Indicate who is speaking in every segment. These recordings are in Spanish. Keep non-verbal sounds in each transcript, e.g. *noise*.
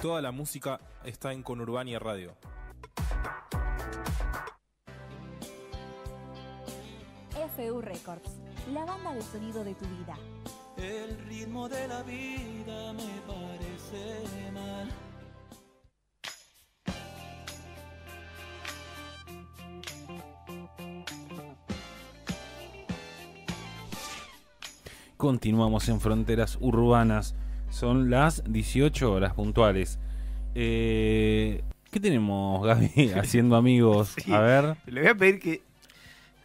Speaker 1: Toda la música está en Conurbania Radio.
Speaker 2: FU Records, la banda de sonido de tu vida.
Speaker 3: El ritmo de la vida me parece mal.
Speaker 4: Continuamos en fronteras urbanas. Son las 18 horas puntuales. Eh, ¿Qué tenemos, Gaby? Haciendo amigos.
Speaker 5: Sí.
Speaker 4: A ver.
Speaker 5: Le voy a pedir que.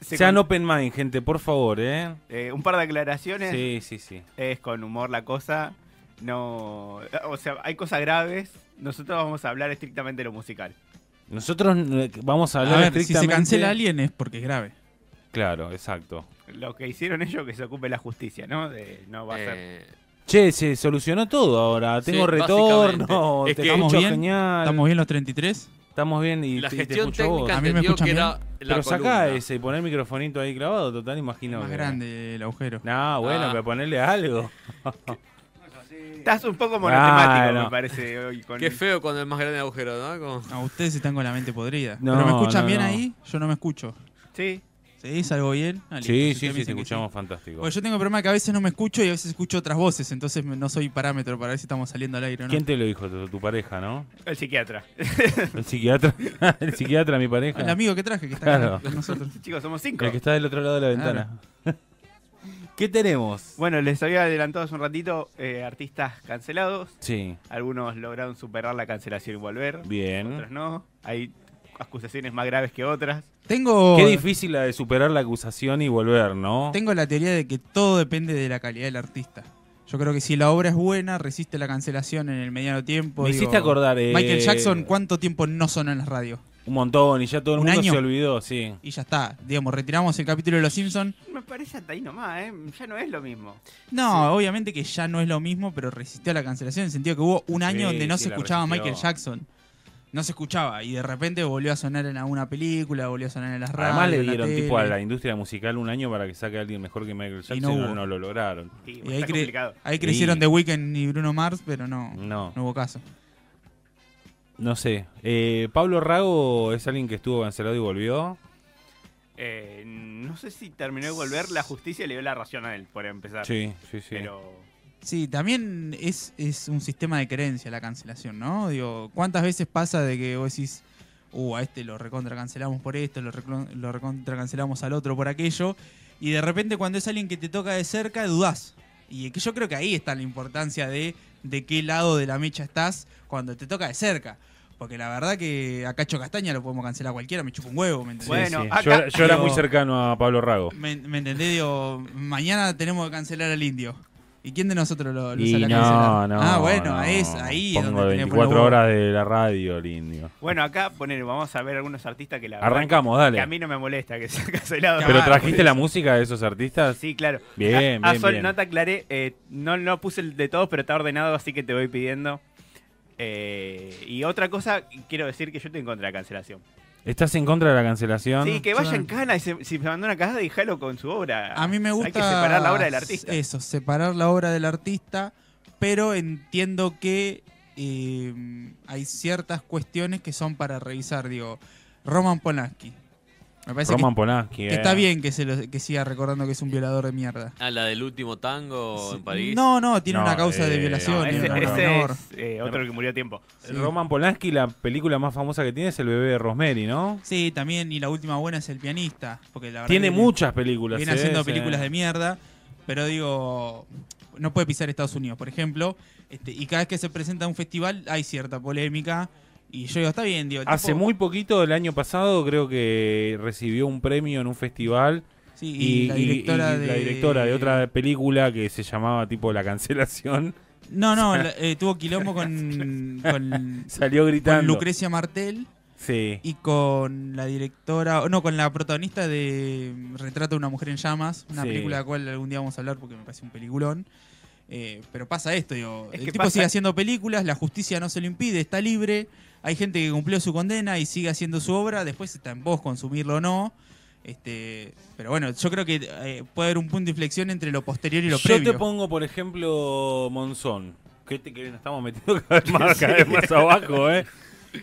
Speaker 5: se
Speaker 4: Sean
Speaker 5: con-
Speaker 4: open mind, gente, por favor, ¿eh?
Speaker 5: eh, un par de aclaraciones.
Speaker 4: Sí, sí, sí.
Speaker 5: Es con humor la cosa. No. O sea, hay cosas graves. Nosotros vamos a hablar estrictamente de lo musical.
Speaker 4: Nosotros eh, vamos a
Speaker 6: A
Speaker 4: hablar
Speaker 6: ver, si
Speaker 4: estrictamente...
Speaker 6: se cancela alguien es porque es grave.
Speaker 4: Claro, exacto.
Speaker 5: Lo que hicieron ellos que se ocupe la justicia, ¿no? De- no va a ser.
Speaker 7: Eh,
Speaker 4: Che, se solucionó todo ahora.
Speaker 7: Sí,
Speaker 4: Tengo retorno,
Speaker 7: básicamente. Es
Speaker 4: te
Speaker 7: que-
Speaker 4: escucho
Speaker 6: ¿Estamos bien?
Speaker 4: genial.
Speaker 6: ¿Estamos bien los 33?
Speaker 4: Estamos bien y
Speaker 7: la
Speaker 4: te- te
Speaker 7: gestión
Speaker 4: escucho a vos.
Speaker 6: A
Speaker 7: técnica
Speaker 6: mí me
Speaker 7: entendió
Speaker 6: escuchan
Speaker 7: que
Speaker 6: bien.
Speaker 7: era la
Speaker 4: Pero
Speaker 7: columna.
Speaker 4: sacá ese y poné el microfonito ahí clavado, total, imagino.
Speaker 6: Más
Speaker 4: que-
Speaker 6: grande el agujero.
Speaker 4: No, bueno,
Speaker 7: Ah.
Speaker 4: pero ponerle algo.
Speaker 5: Estás un poco monotemático,
Speaker 4: Ah, no.
Speaker 5: me parece, hoy. Con...
Speaker 7: Qué feo cuando el más grande agujero, ¿no? Como-
Speaker 6: No, ustedes están con la mente podrida.
Speaker 4: No,
Speaker 6: Pero me escuchan
Speaker 4: no,
Speaker 6: bien
Speaker 4: no.
Speaker 6: ahí, yo no me escucho.
Speaker 5: Sí.
Speaker 6: ¿Sí? ¿Salgo bien? Ah, listo.
Speaker 4: Sí,
Speaker 6: Si
Speaker 4: sí,
Speaker 6: ustedes me
Speaker 4: sí, te
Speaker 6: dicen que
Speaker 4: escuchamos fantástico.
Speaker 6: Porque yo tengo el problema que a veces no me escucho y a veces escucho otras voces, entonces me- no soy parámetro para ver si estamos saliendo al aire o no.
Speaker 4: ¿Quién te lo dijo? Tu, tu pareja, ¿no?
Speaker 5: El psiquiatra.
Speaker 4: El psiquiatra. *laughs* el psiquiatra, mi pareja.
Speaker 6: El amigo que traje, que está
Speaker 4: Claro.
Speaker 6: acá con nosotros.
Speaker 5: Chicos, somos cinco.
Speaker 4: El que está del otro lado de la ventana. ¿Qué tenemos?
Speaker 5: Bueno, les había adelantado hace un ratito eh, artistas cancelados.
Speaker 4: Sí,
Speaker 5: Algunos lograron superar la cancelación y volver. Otros
Speaker 4: bien.
Speaker 5: no. Hay acusaciones más graves que otras.
Speaker 4: *laughs*
Speaker 6: Tengo,
Speaker 4: Qué difícil la de superar la acusación y volver, ¿no?
Speaker 6: tengo la teoría de que todo depende de la calidad del artista. Yo creo que si la obra es buena, resiste la cancelación en el mediano tiempo.
Speaker 4: Me
Speaker 6: digo,
Speaker 4: hiciste acordar. eh,
Speaker 6: Michael Jackson, ¿cuánto tiempo no sonó en las radios?
Speaker 4: Un montón, y ya todo el
Speaker 6: ¿Un
Speaker 4: mundo
Speaker 6: año?
Speaker 4: se olvidó, sí.
Speaker 6: Y ya está. Digamos, retiramos el capítulo de Los Simpsons.
Speaker 5: Me parece hasta ahí nomás, ¿eh? Ya no es lo mismo.
Speaker 6: No, obviamente que ya no es lo mismo, pero resistió a la cancelación en el sentido que hubo un año donde no
Speaker 4: sí,
Speaker 6: se
Speaker 4: la
Speaker 6: escuchaba
Speaker 4: resistió.
Speaker 6: Michael Jackson. No se escuchaba y de repente volvió a sonar en alguna película, volvió a sonar en las radios.
Speaker 4: Además le
Speaker 6: en la
Speaker 4: dieron tipo a
Speaker 6: tele.
Speaker 4: la industria musical un año para que saque a alguien mejor que Michael Jackson y
Speaker 6: no
Speaker 4: no,
Speaker 6: hubo.
Speaker 4: no lo lograron.
Speaker 5: Sí,
Speaker 6: Y ahí,
Speaker 5: está
Speaker 6: cre-
Speaker 5: complicado.
Speaker 6: ahí crecieron
Speaker 4: Sí.
Speaker 6: The Weeknd y Bruno Mars, pero no, no.
Speaker 4: No,
Speaker 6: hubo caso.
Speaker 4: no sé. Eh, Pablo Rago es alguien que estuvo cancelado y volvió.
Speaker 5: Eh, no sé si terminó de volver. La justicia le dio la razón a él, por empezar.
Speaker 4: Sí, sí, sí.
Speaker 5: Pero
Speaker 6: Sí, también es, es un sistema de creencia la cancelación, ¿no? Digo, ¿cuántas veces pasa de que vos decís, uh, a este lo recontra cancelamos por esto, lo, reclon- lo recontra cancelamos al otro por aquello? Y de repente cuando es alguien que te toca de cerca, dudás. Y que yo creo que ahí está la importancia de de qué lado de la mecha estás cuando te toca de cerca. Porque la verdad que a Cacho Castaña lo podemos cancelar a cualquiera, me chupa un huevo, ¿me entendés?
Speaker 4: Sí,
Speaker 5: Bueno,
Speaker 4: sí.
Speaker 5: acá-
Speaker 4: yo, era- yo era
Speaker 6: Digo-
Speaker 4: muy cercano a Pablo Rago.
Speaker 6: ¿Me, me entendés? Digo, mañana tenemos que cancelar al indio. ¿Y quién de nosotros lo, lo
Speaker 4: Y
Speaker 6: sale a
Speaker 4: no,
Speaker 6: cancelar?
Speaker 4: no.
Speaker 6: ah, bueno,
Speaker 4: no.
Speaker 6: es ahí es
Speaker 4: Pongo
Speaker 6: donde tenés que poner
Speaker 4: 24
Speaker 6: huevo.
Speaker 4: horas de la radio, el indio.
Speaker 5: bueno, acá poner, vamos a ver algunos artistas que la verdad
Speaker 4: Arrancamos,
Speaker 5: que- que a
Speaker 4: dale.
Speaker 5: mí no me molesta que *laughs* sea cancelado.
Speaker 4: Pero
Speaker 6: Ah,
Speaker 4: trajiste la música de esos artistas.
Speaker 5: Sí, claro.
Speaker 4: Bien,
Speaker 5: ah,
Speaker 4: bien,
Speaker 5: Sol,
Speaker 4: bien.
Speaker 5: no te aclaré, eh, no, no puse el de todos, pero está ordenado, así que te voy pidiendo. Eh, y otra cosa, quiero decir que yo estoy en contra de la cancelación.
Speaker 4: ¿Estás en contra de la cancelación?
Speaker 5: sí, que
Speaker 6: yo
Speaker 5: vaya en
Speaker 6: también.
Speaker 5: cana y se- si se mandó una cagada, déjalo con su obra.
Speaker 6: A mí me gusta
Speaker 5: Hay que separar la obra del artista.
Speaker 6: Eso, separar la obra del artista, pero entiendo que eh, hay ciertas cuestiones que son para revisar. Digo, Roman Polanski. Me parece que,
Speaker 4: Roman Polanski.
Speaker 6: que
Speaker 4: eh.
Speaker 6: está bien que, se lo- que siga recordando que es un violador de mierda.
Speaker 7: Ah, la del último tango en París.
Speaker 6: No, no, tiene
Speaker 4: No,
Speaker 6: una causa
Speaker 4: eh,
Speaker 6: de
Speaker 5: No,
Speaker 6: violación.
Speaker 5: ese
Speaker 6: digo, no, no,
Speaker 5: ese
Speaker 6: menor.
Speaker 5: es eh, otro que murió a
Speaker 6: *laughs*
Speaker 5: tiempo.
Speaker 6: Sí.
Speaker 4: Roman Polanski, la película más famosa que tiene es El bebé de Rosemary, ¿no?
Speaker 6: Sí, también, y la última buena es El Pianista. Porque la verdad
Speaker 4: Tiene
Speaker 6: que
Speaker 4: muchas películas.
Speaker 6: Viene
Speaker 4: eh,
Speaker 6: haciendo
Speaker 4: sí.
Speaker 6: películas de mierda, pero digo, no puede pisar Estados Unidos, por ejemplo. Este, y cada vez que se presenta a un festival hay cierta polémica. Y yo digo, está bien, digo. el
Speaker 4: Hace
Speaker 6: tipo-
Speaker 4: muy poquito, el año pasado, creo que recibió un premio en un festival
Speaker 6: Sí,
Speaker 4: y,
Speaker 6: y, la
Speaker 4: y-
Speaker 6: directora
Speaker 4: y
Speaker 6: de.
Speaker 4: la directora de otra película que se llamaba tipo La Cancelación *laughs*
Speaker 6: No, no, la- eh, tuvo quilombo con, con,
Speaker 4: salió
Speaker 6: con
Speaker 4: gritando.
Speaker 6: Lucrecia Martel
Speaker 4: sí.
Speaker 6: y con la directora. No, con la protagonista de Retrato de una mujer en llamas, una
Speaker 4: Sí.
Speaker 6: película de la cual algún día vamos a hablar porque me parece un peliculón. Eh, pero pasa esto, digo,
Speaker 5: Es
Speaker 6: el
Speaker 5: que
Speaker 6: tipo
Speaker 5: pasa-
Speaker 6: sigue haciendo películas, la justicia no se lo impide, está libre, hay gente que cumplió su condena y sigue haciendo su obra, después está en vos consumirlo o no. Este, pero bueno, yo creo que eh, puede haber un punto de inflexión entre lo posterior y lo
Speaker 4: Yo
Speaker 6: previo.
Speaker 4: te pongo, por ejemplo, Monzón, ojete que nos estamos *laughs* metiendo cada vez más, cada vez más abajo, ¿eh?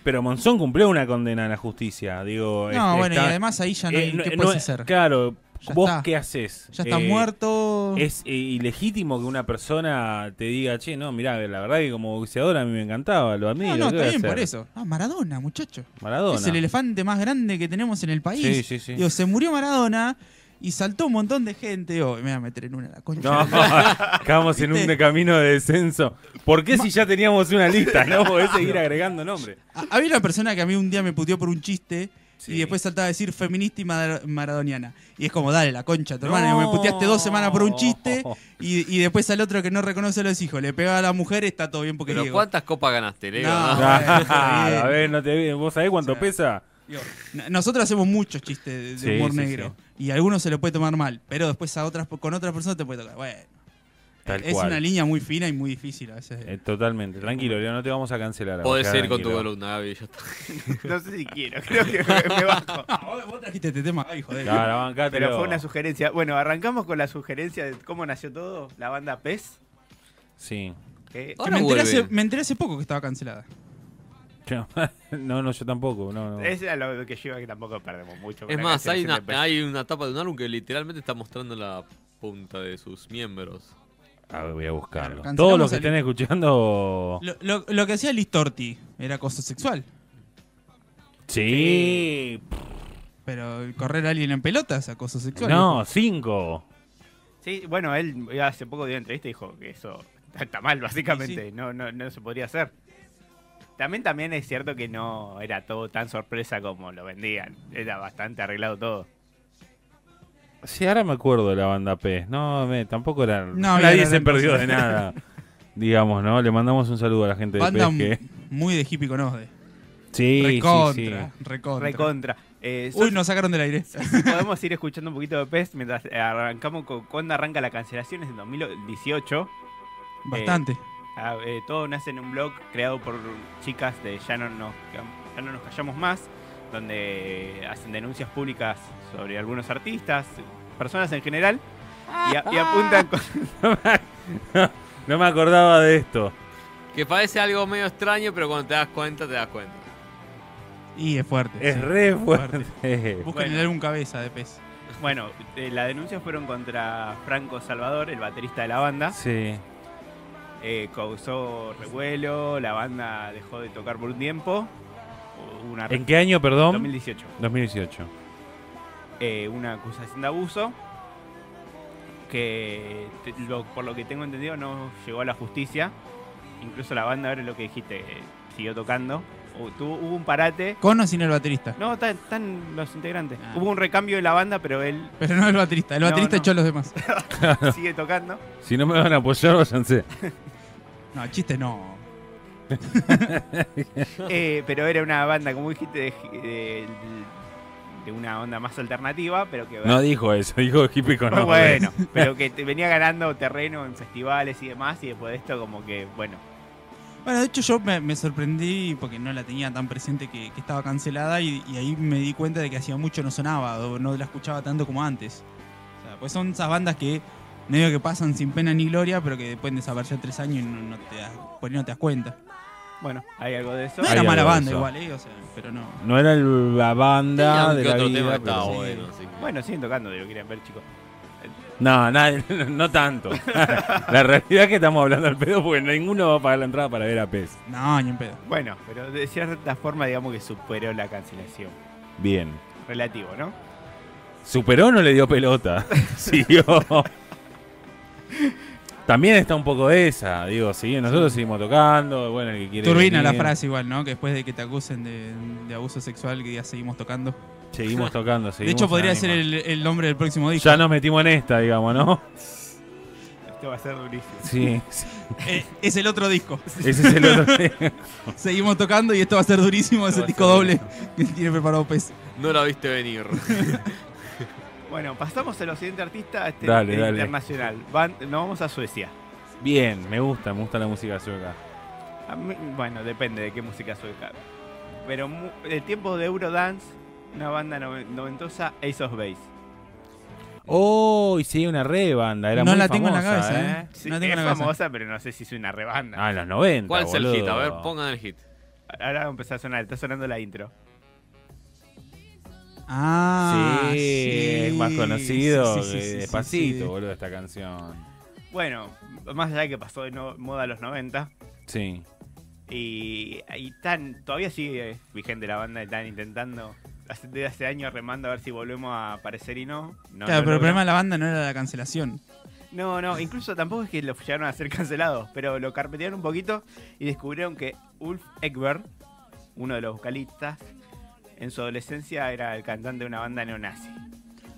Speaker 4: Pero Monzón cumplió una condena a la justicia, digo.
Speaker 6: No,
Speaker 4: este,
Speaker 6: bueno, y
Speaker 4: está-
Speaker 6: además ahí ya no hay.
Speaker 4: eh, no-
Speaker 6: ¿Qué
Speaker 4: no
Speaker 6: puedes
Speaker 4: es-
Speaker 6: hacer?
Speaker 4: Claro,
Speaker 6: Ya
Speaker 4: vos
Speaker 6: está.
Speaker 4: qué haces.
Speaker 6: Ya está
Speaker 4: Eh,
Speaker 6: muerto.
Speaker 4: Es eh, ilegítimo que una persona te diga, che, no, mirá, la verdad que como boxeador a mí me encantaba, lo admiro.
Speaker 6: no, no,
Speaker 4: ¿qué voy
Speaker 6: está
Speaker 4: a
Speaker 6: bien
Speaker 4: hacer?".
Speaker 6: por eso. Ah, Maradona, muchacho.
Speaker 4: Maradona.
Speaker 6: Es el elefante más grande que tenemos en el país.
Speaker 4: Oh, Sí, sí, sí.
Speaker 6: Digo, se murió Maradona y saltó un montón de gente. Digo, me voy a meter en una la concha.
Speaker 4: No, *laughs* estamos en un
Speaker 6: ¿Viste?
Speaker 4: camino de descenso. ¿Por qué si ya teníamos una lista? No podés seguir agregando nombres.
Speaker 6: Ha- Había una persona que a mí un día me puteó por un chiste
Speaker 4: Sí.
Speaker 6: y después saltaba a decir feminista y mar- maradoniana. Y es como, dale la concha, tu hermana,
Speaker 4: No.
Speaker 6: me puteaste dos semanas por un chiste y, y después al otro que no reconoce a los hijos, le pega a la mujer, está todo bien porque
Speaker 7: Pero
Speaker 6: Diego.
Speaker 7: ¿cuántas copas ganaste, Lego?
Speaker 6: No.
Speaker 7: no?
Speaker 4: Claro, *laughs* a ver, no te vi- ¿Vos sabés cuánto
Speaker 6: Sí.
Speaker 4: pesa?
Speaker 6: Digo, n- Nosotros hacemos muchos chistes de- de
Speaker 4: Sí,
Speaker 6: humor
Speaker 4: sí,
Speaker 6: negro y a algunos se lo puede tomar mal, pero después a otras con otras personas te puede tocar. Bueno,
Speaker 4: Tal
Speaker 6: es
Speaker 4: cual.
Speaker 6: una línea muy fina y muy difícil a veces.
Speaker 4: Eh, totalmente. Tranquilo, Leo, no te vamos a cancelar.
Speaker 7: Podés
Speaker 4: Abacá,
Speaker 7: ir con tu
Speaker 4: tranquilo.
Speaker 7: columna, Gaby. ya está.
Speaker 5: No sé si quiero, creo que me me bajo.
Speaker 6: *laughs* Ah, vos, vos trajiste este tema, ay, joder.
Speaker 4: Claro, bancátelo.
Speaker 5: Pero fue una sugerencia. Bueno, arrancamos con la sugerencia de cómo nació todo, la banda PES.
Speaker 4: Sí.
Speaker 5: que-
Speaker 6: Que
Speaker 7: Ahora
Speaker 6: me, enteré hace,
Speaker 7: vuelven.
Speaker 6: me enteré hace poco que estaba cancelada.
Speaker 4: Yo- *laughs* No, no, yo tampoco. No, no.
Speaker 5: es a lo que yo iba que tampoco perdemos mucho. con
Speaker 7: Es
Speaker 5: la
Speaker 7: más, hay una,
Speaker 5: cancelación de PES.
Speaker 7: hay una tapa de un álbum que literalmente está mostrando la punta de sus miembros.
Speaker 4: A ver, Ah, voy a buscarlo.
Speaker 6: Cancelamos
Speaker 4: Todos los que
Speaker 6: el-
Speaker 4: estén escuchando.
Speaker 6: Lo, lo- lo que hacía Listorti era acoso sexual,
Speaker 4: Sí.
Speaker 6: pero el correr a alguien en pelota es acoso sexual.
Speaker 4: No, cinco.
Speaker 5: Sí, bueno, él hace poco dio entrevista y dijo que eso está mal, básicamente.
Speaker 6: Sí,
Speaker 5: No, no, no se podría hacer. También, también es cierto que no era todo tan sorpresa como lo vendían. Era bastante arreglado todo.
Speaker 4: Sí, ahora me acuerdo de la banda P. No, me, tampoco era.
Speaker 6: No,
Speaker 4: nadie
Speaker 6: era
Speaker 4: se
Speaker 6: gran
Speaker 4: perdió
Speaker 6: cosa.
Speaker 4: de nada. Digamos, ¿no? Le mandamos un saludo a la gente
Speaker 6: Banda
Speaker 4: de PES que-
Speaker 6: muy de hippie con Osde.
Speaker 4: Sí,
Speaker 6: recontra, recontra,
Speaker 5: Recontra. Eh,
Speaker 6: Uy,
Speaker 5: Sos-
Speaker 6: nos sacaron del aire.
Speaker 5: si podemos ir escuchando un poquito de PES mientras eh, arrancamos con cuando arranca la cancelación, es en 2018.
Speaker 6: Bastante.
Speaker 5: Ah, eh, todo nace en un blog creado por chicas de Ya no nos, Cam- Ya no nos callamos más, donde hacen denuncias públicas sobre algunos artistas, personas en general, y, a- y apuntan con... *laughs*
Speaker 4: sí. no me acordaba de esto.
Speaker 7: Que parece algo medio extraño, pero cuando te das cuenta, te das cuenta.
Speaker 6: Y es fuerte.
Speaker 4: Es
Speaker 6: sí.
Speaker 4: re
Speaker 6: Fuerte.
Speaker 4: fuerte.
Speaker 6: Busquen
Speaker 5: Bueno.
Speaker 6: el álbum Cabeza de Pez.
Speaker 5: Bueno, eh, las denuncias fueron contra Franco Salvador, el baterista de la banda.
Speaker 4: Sí.
Speaker 5: Eh, causó revuelo, la banda dejó de tocar por un tiempo. Hubo Una
Speaker 4: ¿En qué año, perdón?
Speaker 5: 2018.
Speaker 4: 2018.
Speaker 5: eh, una acusación de abuso que te- lo- por lo que tengo entendido no llegó a la justicia. Incluso la banda, ahora lo que dijiste, eh, siguió tocando. Hu- tuvo- hubo un parate.
Speaker 6: Con o sin el baterista.
Speaker 5: No, tan- están los integrantes.
Speaker 6: Ah.
Speaker 5: Hubo un recambio de la banda,
Speaker 4: *laughs*
Speaker 5: pero él
Speaker 6: Pero no el baterista. El
Speaker 5: No,
Speaker 6: baterista
Speaker 5: no.
Speaker 6: echó a los demás.
Speaker 5: sigue tocando.
Speaker 4: Si no me van a apoyar, váyanse.
Speaker 6: No, chiste no.
Speaker 5: Eh, pero era una banda, como dijiste, de, de- de una onda más alternativa, pero que
Speaker 4: No dijo eso, dijo hippie con
Speaker 5: Muy
Speaker 4: hombres.
Speaker 5: bueno, pero que te- venía ganando terreno en festivales y demás, y después de esto como que, bueno,
Speaker 6: Bueno, de hecho yo me, me sorprendí porque no la tenía tan presente que, que estaba cancelada y, y ahí me di cuenta de que hacía mucho no sonaba o no la escuchaba tanto como antes. O sea, pues son esas bandas que medio que pasan sin pena ni gloria, pero que después desaparecer tres años y no, no te das, por ahí no te das cuenta.
Speaker 5: bueno, hay algo de eso.
Speaker 6: No era
Speaker 4: Hay
Speaker 6: mala
Speaker 4: algo de
Speaker 6: banda
Speaker 4: eso.
Speaker 6: igual, ¿eh? O sea, pero no.
Speaker 4: No era el- la banda
Speaker 7: Tenían
Speaker 4: de
Speaker 7: que
Speaker 4: la
Speaker 7: otro
Speaker 4: vida,
Speaker 7: tema
Speaker 4: pero
Speaker 7: estaba
Speaker 4: sí.
Speaker 7: bueno. así que-
Speaker 5: Bueno, siguen tocando, si lo quieren ver, chicos.
Speaker 4: No, nadie- no tanto. *laughs* la realidad es que estamos hablando al pedo porque ninguno va a pagar la entrada para ver a E PES.
Speaker 6: No, ni en pedo.
Speaker 5: Bueno, pero de cierta forma, digamos que superó la cancelación.
Speaker 4: Bien.
Speaker 5: Relativo, ¿no?
Speaker 4: Superó o no le dio pelota. *laughs* Siguió. También está un poco de esa, digo, sí, nosotros seguimos tocando, bueno, el que quiere
Speaker 6: Turbina la
Speaker 4: venir.
Speaker 6: frase igual, ¿no? Que después de que te acusen de, de abuso sexual, que ya seguimos tocando.
Speaker 4: Seguimos
Speaker 6: *laughs*
Speaker 4: tocando,
Speaker 6: de
Speaker 4: seguimos
Speaker 6: hecho, podría
Speaker 4: en la
Speaker 6: ser
Speaker 4: misma.
Speaker 6: el, el nombre del próximo disco.
Speaker 4: Ya nos metimos en esta, digamos,
Speaker 6: *laughs*
Speaker 4: ¿no?
Speaker 5: Esto va a ser durísimo.
Speaker 4: Sí, sí.
Speaker 6: Eh, es el otro disco.
Speaker 4: ese es el otro. *laughs*
Speaker 6: Seguimos tocando y esto va a ser durísimo, es el
Speaker 7: Esto va a
Speaker 6: disco
Speaker 7: ser
Speaker 6: doble que tiene preparado Pez.
Speaker 7: No la
Speaker 4: *laughs*
Speaker 7: viste venir.
Speaker 5: Bueno, pasamos al siguiente artista este,
Speaker 4: Dale,
Speaker 5: eh,
Speaker 4: dale.
Speaker 5: internacional. Van- nos vamos a Suecia.
Speaker 4: Bien, me gusta, me gusta la música sueca.
Speaker 5: A mí- bueno, depende de qué música sueca. Pero mu- el tiempo de Eurodance, una banda noven- noventosa, Ace of Base.
Speaker 4: Oh, y sí, una rebanda. Era
Speaker 6: No
Speaker 4: muy
Speaker 6: la tengo en la
Speaker 4: famosa, ¿eh?
Speaker 6: cabeza, ¿eh?
Speaker 5: Sí,
Speaker 6: No tengo
Speaker 5: es
Speaker 6: la cabeza.
Speaker 5: famosa, pero no sé si es una rebanda.
Speaker 4: Ah, en los 90.
Speaker 7: ¿Cuál es el hit? A ver,
Speaker 4: boludo.
Speaker 7: pongan el hit.
Speaker 5: Ahora va a empezar a sonar, está sonando la intro.
Speaker 6: Ah,
Speaker 4: sí, el más conocido.
Speaker 6: sí, sí,
Speaker 4: que
Speaker 6: sí, sí,
Speaker 4: despacito,
Speaker 6: sí.
Speaker 4: boludo, esta canción.
Speaker 5: Bueno, más allá de que pasó de no- moda a los 90,
Speaker 4: Sí.
Speaker 5: y, y tan, todavía sigue vigente la banda, y están intentando, hace, desde hace años remando a ver si volvemos a aparecer y no. no lo
Speaker 6: Claro, pero el
Speaker 5: logran.
Speaker 6: problema de la banda no era la cancelación.
Speaker 5: No, no, incluso tampoco es que lo llegaron a ser cancelados, pero lo carpetearon un poquito y descubrieron que Ulf Ekberg, uno de los vocalistas, en su adolescencia era el cantante de una banda neonazi.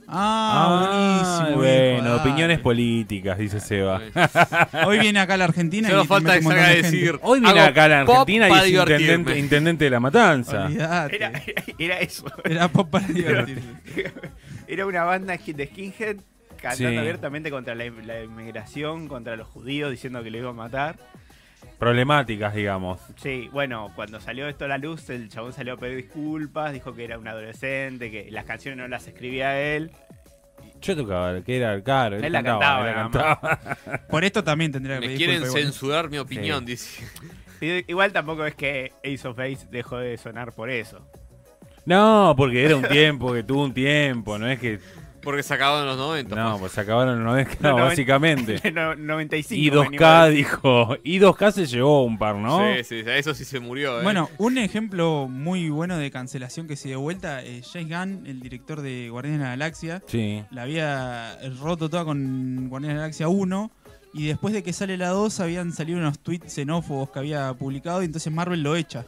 Speaker 6: Ah,
Speaker 4: Ah,
Speaker 6: buenísimo. eh. viejo,
Speaker 4: Bueno,
Speaker 6: dale.
Speaker 4: opiniones políticas, dice Seba.
Speaker 6: Hoy viene acá a la Argentina. y
Speaker 7: Solo
Speaker 6: te
Speaker 7: falta
Speaker 6: mete
Speaker 7: que
Speaker 6: un montón
Speaker 7: salga a
Speaker 6: de gente.
Speaker 7: decir.
Speaker 4: Hoy viene
Speaker 7: "Hago
Speaker 4: acá a la
Speaker 7: pop
Speaker 4: Argentina y
Speaker 7: para
Speaker 4: es intendente,
Speaker 7: divertirme".
Speaker 4: intendente de la matanza.
Speaker 6: Olvidate.
Speaker 5: Era, *laughs* era eso.
Speaker 6: Era pop para divertirse.
Speaker 5: Era una banda de skinhead cantando
Speaker 4: Sí.
Speaker 5: abiertamente contra la, la inmigración, contra los judíos, diciendo que lo iban a matar.
Speaker 4: Problemáticas, digamos.
Speaker 5: Sí, bueno, cuando salió esto a la luz, el chabón salió a pedir disculpas, dijo que era un adolescente, que las canciones no las escribía él.
Speaker 4: Yo tocaba, que era caro.
Speaker 5: Él la cantaba,
Speaker 4: él la
Speaker 5: nada
Speaker 4: cantaba. *laughs*
Speaker 6: Por esto también tendría que
Speaker 7: Me
Speaker 6: pedir
Speaker 7: quieren
Speaker 6: disculpas igual.
Speaker 7: censurar mi opinión, dice.
Speaker 5: I- Igual tampoco es que Ace of Base dejó de sonar por eso.
Speaker 4: No, porque era un tiempo que tuvo un tiempo, no es que.
Speaker 7: Porque se acabaron los 90.
Speaker 4: No, pues se acabaron los 90,
Speaker 5: No, no, *laughs*
Speaker 4: básicamente.
Speaker 5: No- 95.
Speaker 4: Y
Speaker 5: me animo a
Speaker 4: 2K
Speaker 5: decir.
Speaker 4: dijo. Y 2K se llevó un par, ¿no?
Speaker 7: Sí, sí, sí, eso sí se murió. ¿eh?
Speaker 6: Bueno, un ejemplo muy bueno de cancelación que se dio vuelta, eh, James Gunn, el director de Guardianes de la Galaxia,
Speaker 4: Sí.
Speaker 6: la había roto toda con Guardianes de la Galaxia 1 y después de que sale la 2 habían salido unos tweets xenófobos que había publicado y entonces Marvel lo echa.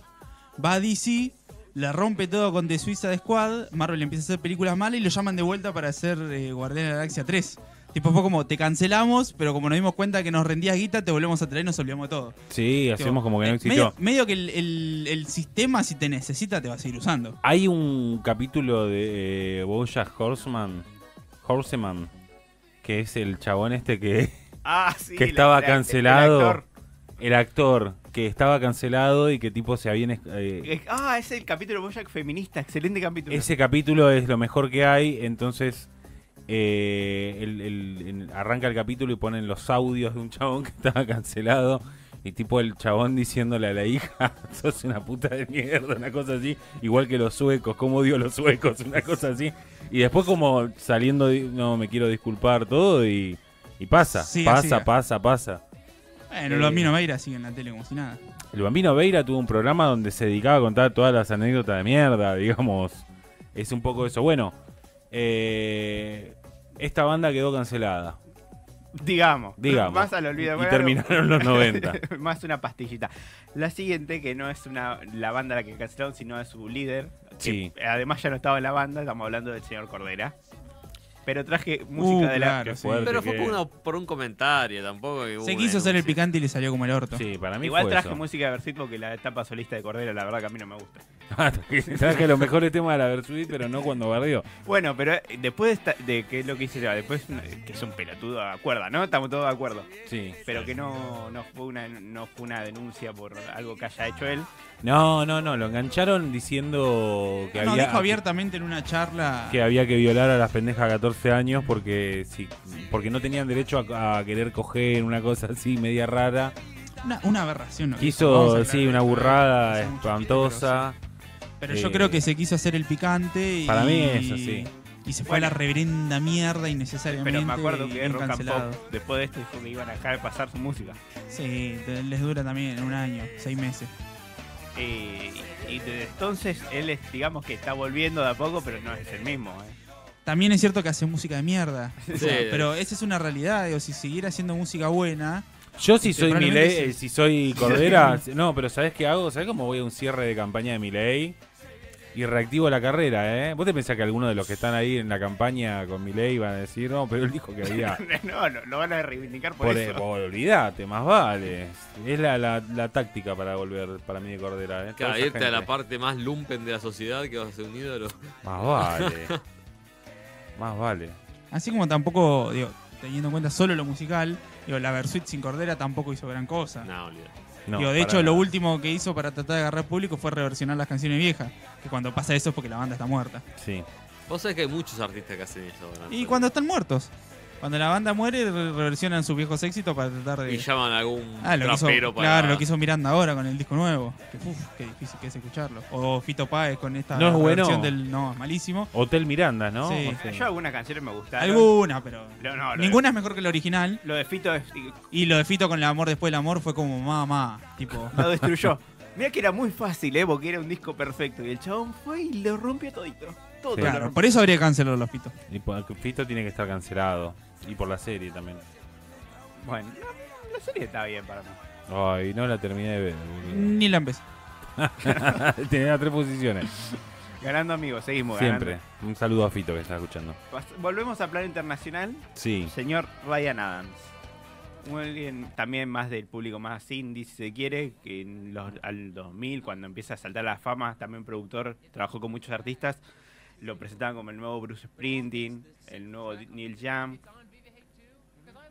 Speaker 6: Va a DC, la rompe todo con The Suicide Squad, Marvel empieza a hacer películas malas y lo llaman de vuelta para hacer eh, Guardianes de la Galaxia 3. Tipo fue como, te cancelamos, pero como nos dimos cuenta que nos rendías guita, te volvemos a traer y nos olvidamos de todo.
Speaker 4: Sí, hacemos como que no
Speaker 6: Eh,
Speaker 4: existió.
Speaker 6: Medio, medio que el, el- el sistema, si te necesita, te va a seguir usando.
Speaker 4: Hay un capítulo de eh, Bojack Horseman, Horseman, que es el chabón este que *laughs*
Speaker 5: Ah, sí,
Speaker 4: que
Speaker 5: la-
Speaker 4: estaba
Speaker 5: la-
Speaker 4: cancelado.
Speaker 5: el actor.
Speaker 4: el actor que estaba cancelado y que tipo se había eh,
Speaker 5: Eh, Ah, es el capítulo Bojack feminista. Excelente capítulo.
Speaker 4: ese capítulo es lo mejor que hay, entonces eh, el- el- en- arranca el capítulo y ponen los audios de un chabón que estaba cancelado y tipo el chabón diciéndole a la hija, *laughs* sos una puta de mierda, una cosa así, igual que los suecos, cómo dio los suecos, una cosa así. Y después como saliendo, di- no, me quiero disculpar todo y, y pasa,
Speaker 6: Sí, así
Speaker 4: pasa,
Speaker 6: es.
Speaker 4: pasa, pasa.
Speaker 6: Bueno,
Speaker 4: Eh.
Speaker 6: lo miro Meira sigue en la tele como si nada.
Speaker 4: El Bambino Veira tuvo un programa donde se dedicaba a contar todas las anécdotas de mierda, *laughs* digamos. Es un poco eso. Bueno, eh, esta banda quedó cancelada.
Speaker 5: Digamos.
Speaker 4: Digamos.
Speaker 5: Más al olvido.
Speaker 4: Y
Speaker 5: bueno,
Speaker 4: terminaron los
Speaker 5: *laughs*
Speaker 4: 90.
Speaker 5: Más una pastillita. La siguiente, que no es una la banda a la que cancelaron, sino a su líder. que
Speaker 4: Sí.
Speaker 5: además ya no estaba en la banda, estamos hablando del señor Cordera. Pero traje música
Speaker 6: Uh,
Speaker 5: de la...
Speaker 6: claro, sí.
Speaker 4: fuerte.
Speaker 7: Pero fue
Speaker 4: que-
Speaker 7: por, una- por un comentario, tampoco. que,
Speaker 6: Se
Speaker 7: bueno,
Speaker 6: quiso hacer el
Speaker 7: sí.
Speaker 6: picante y le salió como el orto.
Speaker 4: Sí, para mí
Speaker 5: Igual
Speaker 4: fue
Speaker 5: traje
Speaker 4: eso.
Speaker 5: música de Bersit porque la etapa solista de Cordera, la verdad que a mí no me gusta.
Speaker 4: *laughs* traje los mejores temas de la Versuit, pero no cuando barrió.
Speaker 5: Bueno, pero eh, después de, esta- de que es lo que hice yo, después eh, que es un pelotudo, acuerda, ¿no? Estamos todos de acuerdo.
Speaker 4: Sí.
Speaker 5: Pero que no, no, fue una, no fue una denuncia por algo que haya hecho él.
Speaker 4: No, no, no. Lo engancharon diciendo que
Speaker 6: No,
Speaker 4: había...
Speaker 6: dijo abiertamente en una charla.
Speaker 4: que había que violar a las pendejas a 14 años porque sí, porque no tenían derecho a, a querer coger una cosa así media rara.
Speaker 6: Una, una aberración. ¿no? Vamos a
Speaker 4: Quiso,
Speaker 6: hablar
Speaker 4: sí,
Speaker 6: de- eh,
Speaker 4: una
Speaker 6: no
Speaker 4: burrada
Speaker 6: sé mucho,
Speaker 4: espantosa.
Speaker 6: Pero, pero yo
Speaker 4: Eh,
Speaker 6: creo que se quiso hacer el picante y.
Speaker 4: para mí eso, sí.
Speaker 6: Y se fue a la
Speaker 5: Bueno.
Speaker 6: reverenda mierda innecesariamente.
Speaker 5: Pero me acuerdo
Speaker 6: y
Speaker 5: que
Speaker 6: bien
Speaker 5: Rock and
Speaker 6: cancelado.
Speaker 5: Pop, después de esto, dijo que iban a dejar de pasar su música.
Speaker 6: Sí, te- les dura también un año, seis meses.
Speaker 5: Eh, y y desde entonces él, es, digamos que está volviendo de a poco, pero no es el mismo. ¿eh? *laughs*
Speaker 6: También es cierto que hace música de mierda. O sea,
Speaker 7: Sí.
Speaker 6: pero esa es una realidad. Digo, si siguiera haciendo música buena.
Speaker 4: Yo si soy
Speaker 6: probablemente
Speaker 4: Milei,
Speaker 6: sí.
Speaker 4: eh, si soy
Speaker 6: *laughs*
Speaker 4: Cordera, no, pero ¿sabés qué hago? ¿Sabés cómo voy a un cierre de campaña de Milei? Y reactivo la carrera, ¿eh? ¿Vos te pensás que alguno de los que están ahí en la campaña con Milei van a decir, no, pero él dijo que
Speaker 6: *laughs*
Speaker 4: había...
Speaker 5: no, no, lo van a reivindicar por,
Speaker 4: Por,
Speaker 5: eso.
Speaker 4: por- olvidate, más vale. Es la, la- la táctica para volver para mí de Cordera, ¿eh? Toda
Speaker 7: Claro,
Speaker 4: esa
Speaker 7: irte a la
Speaker 4: gente.
Speaker 7: parte más lumpen de la sociedad que vas a ser un ídolo.
Speaker 4: Más vale.
Speaker 7: *laughs*
Speaker 4: más vale.
Speaker 6: Así como tampoco, digo, teniendo en cuenta solo lo musical, digo, la Versuit sin Cordera tampoco hizo gran cosa.
Speaker 7: No, olvidate.
Speaker 4: No,
Speaker 6: Digo, de
Speaker 4: para
Speaker 6: hecho, lo
Speaker 4: nada.
Speaker 6: último que hizo para tratar de agarrar público fue reversionar las canciones viejas. Que cuando pasa eso es porque la banda está muerta.
Speaker 4: Sí.
Speaker 7: Vos sabés que hay muchos artistas que hacen eso ahora.
Speaker 6: Y cuando están muertos. Cuando la banda muere, re- reversionan sus viejos éxitos para tratar de.
Speaker 7: Y llaman a algún
Speaker 6: Ah, lo que hizo,
Speaker 7: trapero para.
Speaker 6: claro, lo que hizo Miranda ahora con el disco nuevo. Que, uf, qué difícil que es escucharlo. O Fito Páez con esta
Speaker 4: No es bueno.
Speaker 6: reversión del. No, es malísimo.
Speaker 4: Hotel Miranda, ¿no?
Speaker 6: Sí.
Speaker 4: O sea,
Speaker 5: Ah, Yo algunas canciones me gustaron.
Speaker 6: Alguna, pero.
Speaker 5: No, no, lo
Speaker 6: ninguna es mejor que la original.
Speaker 5: de- Lo de Fito es-
Speaker 6: Y lo de Fito con el amor después del amor fue como mamá. Tipo.
Speaker 5: lo destruyó. *laughs* Mira que era muy fácil, ¿eh? Porque era un disco perfecto. Y el chabón fue y lo rompió todito. Todo
Speaker 4: Sí.
Speaker 5: lo
Speaker 6: Claro,
Speaker 5: rompió.
Speaker 6: por eso habría que cancelarlo, Fito.
Speaker 4: y por- Fito tiene que estar cancelado. Y por la serie también.
Speaker 5: Bueno, la- la serie está bien para mí.
Speaker 4: Ay, no la terminé de ver. boludo.
Speaker 6: Ni la empecé. Mm.
Speaker 4: *laughs* Tenía tres posiciones.
Speaker 5: Ganando amigos, seguimos
Speaker 4: Siempre.
Speaker 5: ganando.
Speaker 4: Un saludo a Fito que está escuchando.
Speaker 5: Pas- Volvemos a plan internacional.
Speaker 4: Sí.
Speaker 5: Señor Ryan Adams. Alguien también más del público más indie, si se quiere, que en los, al 2000, cuando empieza a saltar la fama, también productor, trabajó con muchos artistas. Lo presentaban como el nuevo Bruce Sprinting, el nuevo Neil Jam.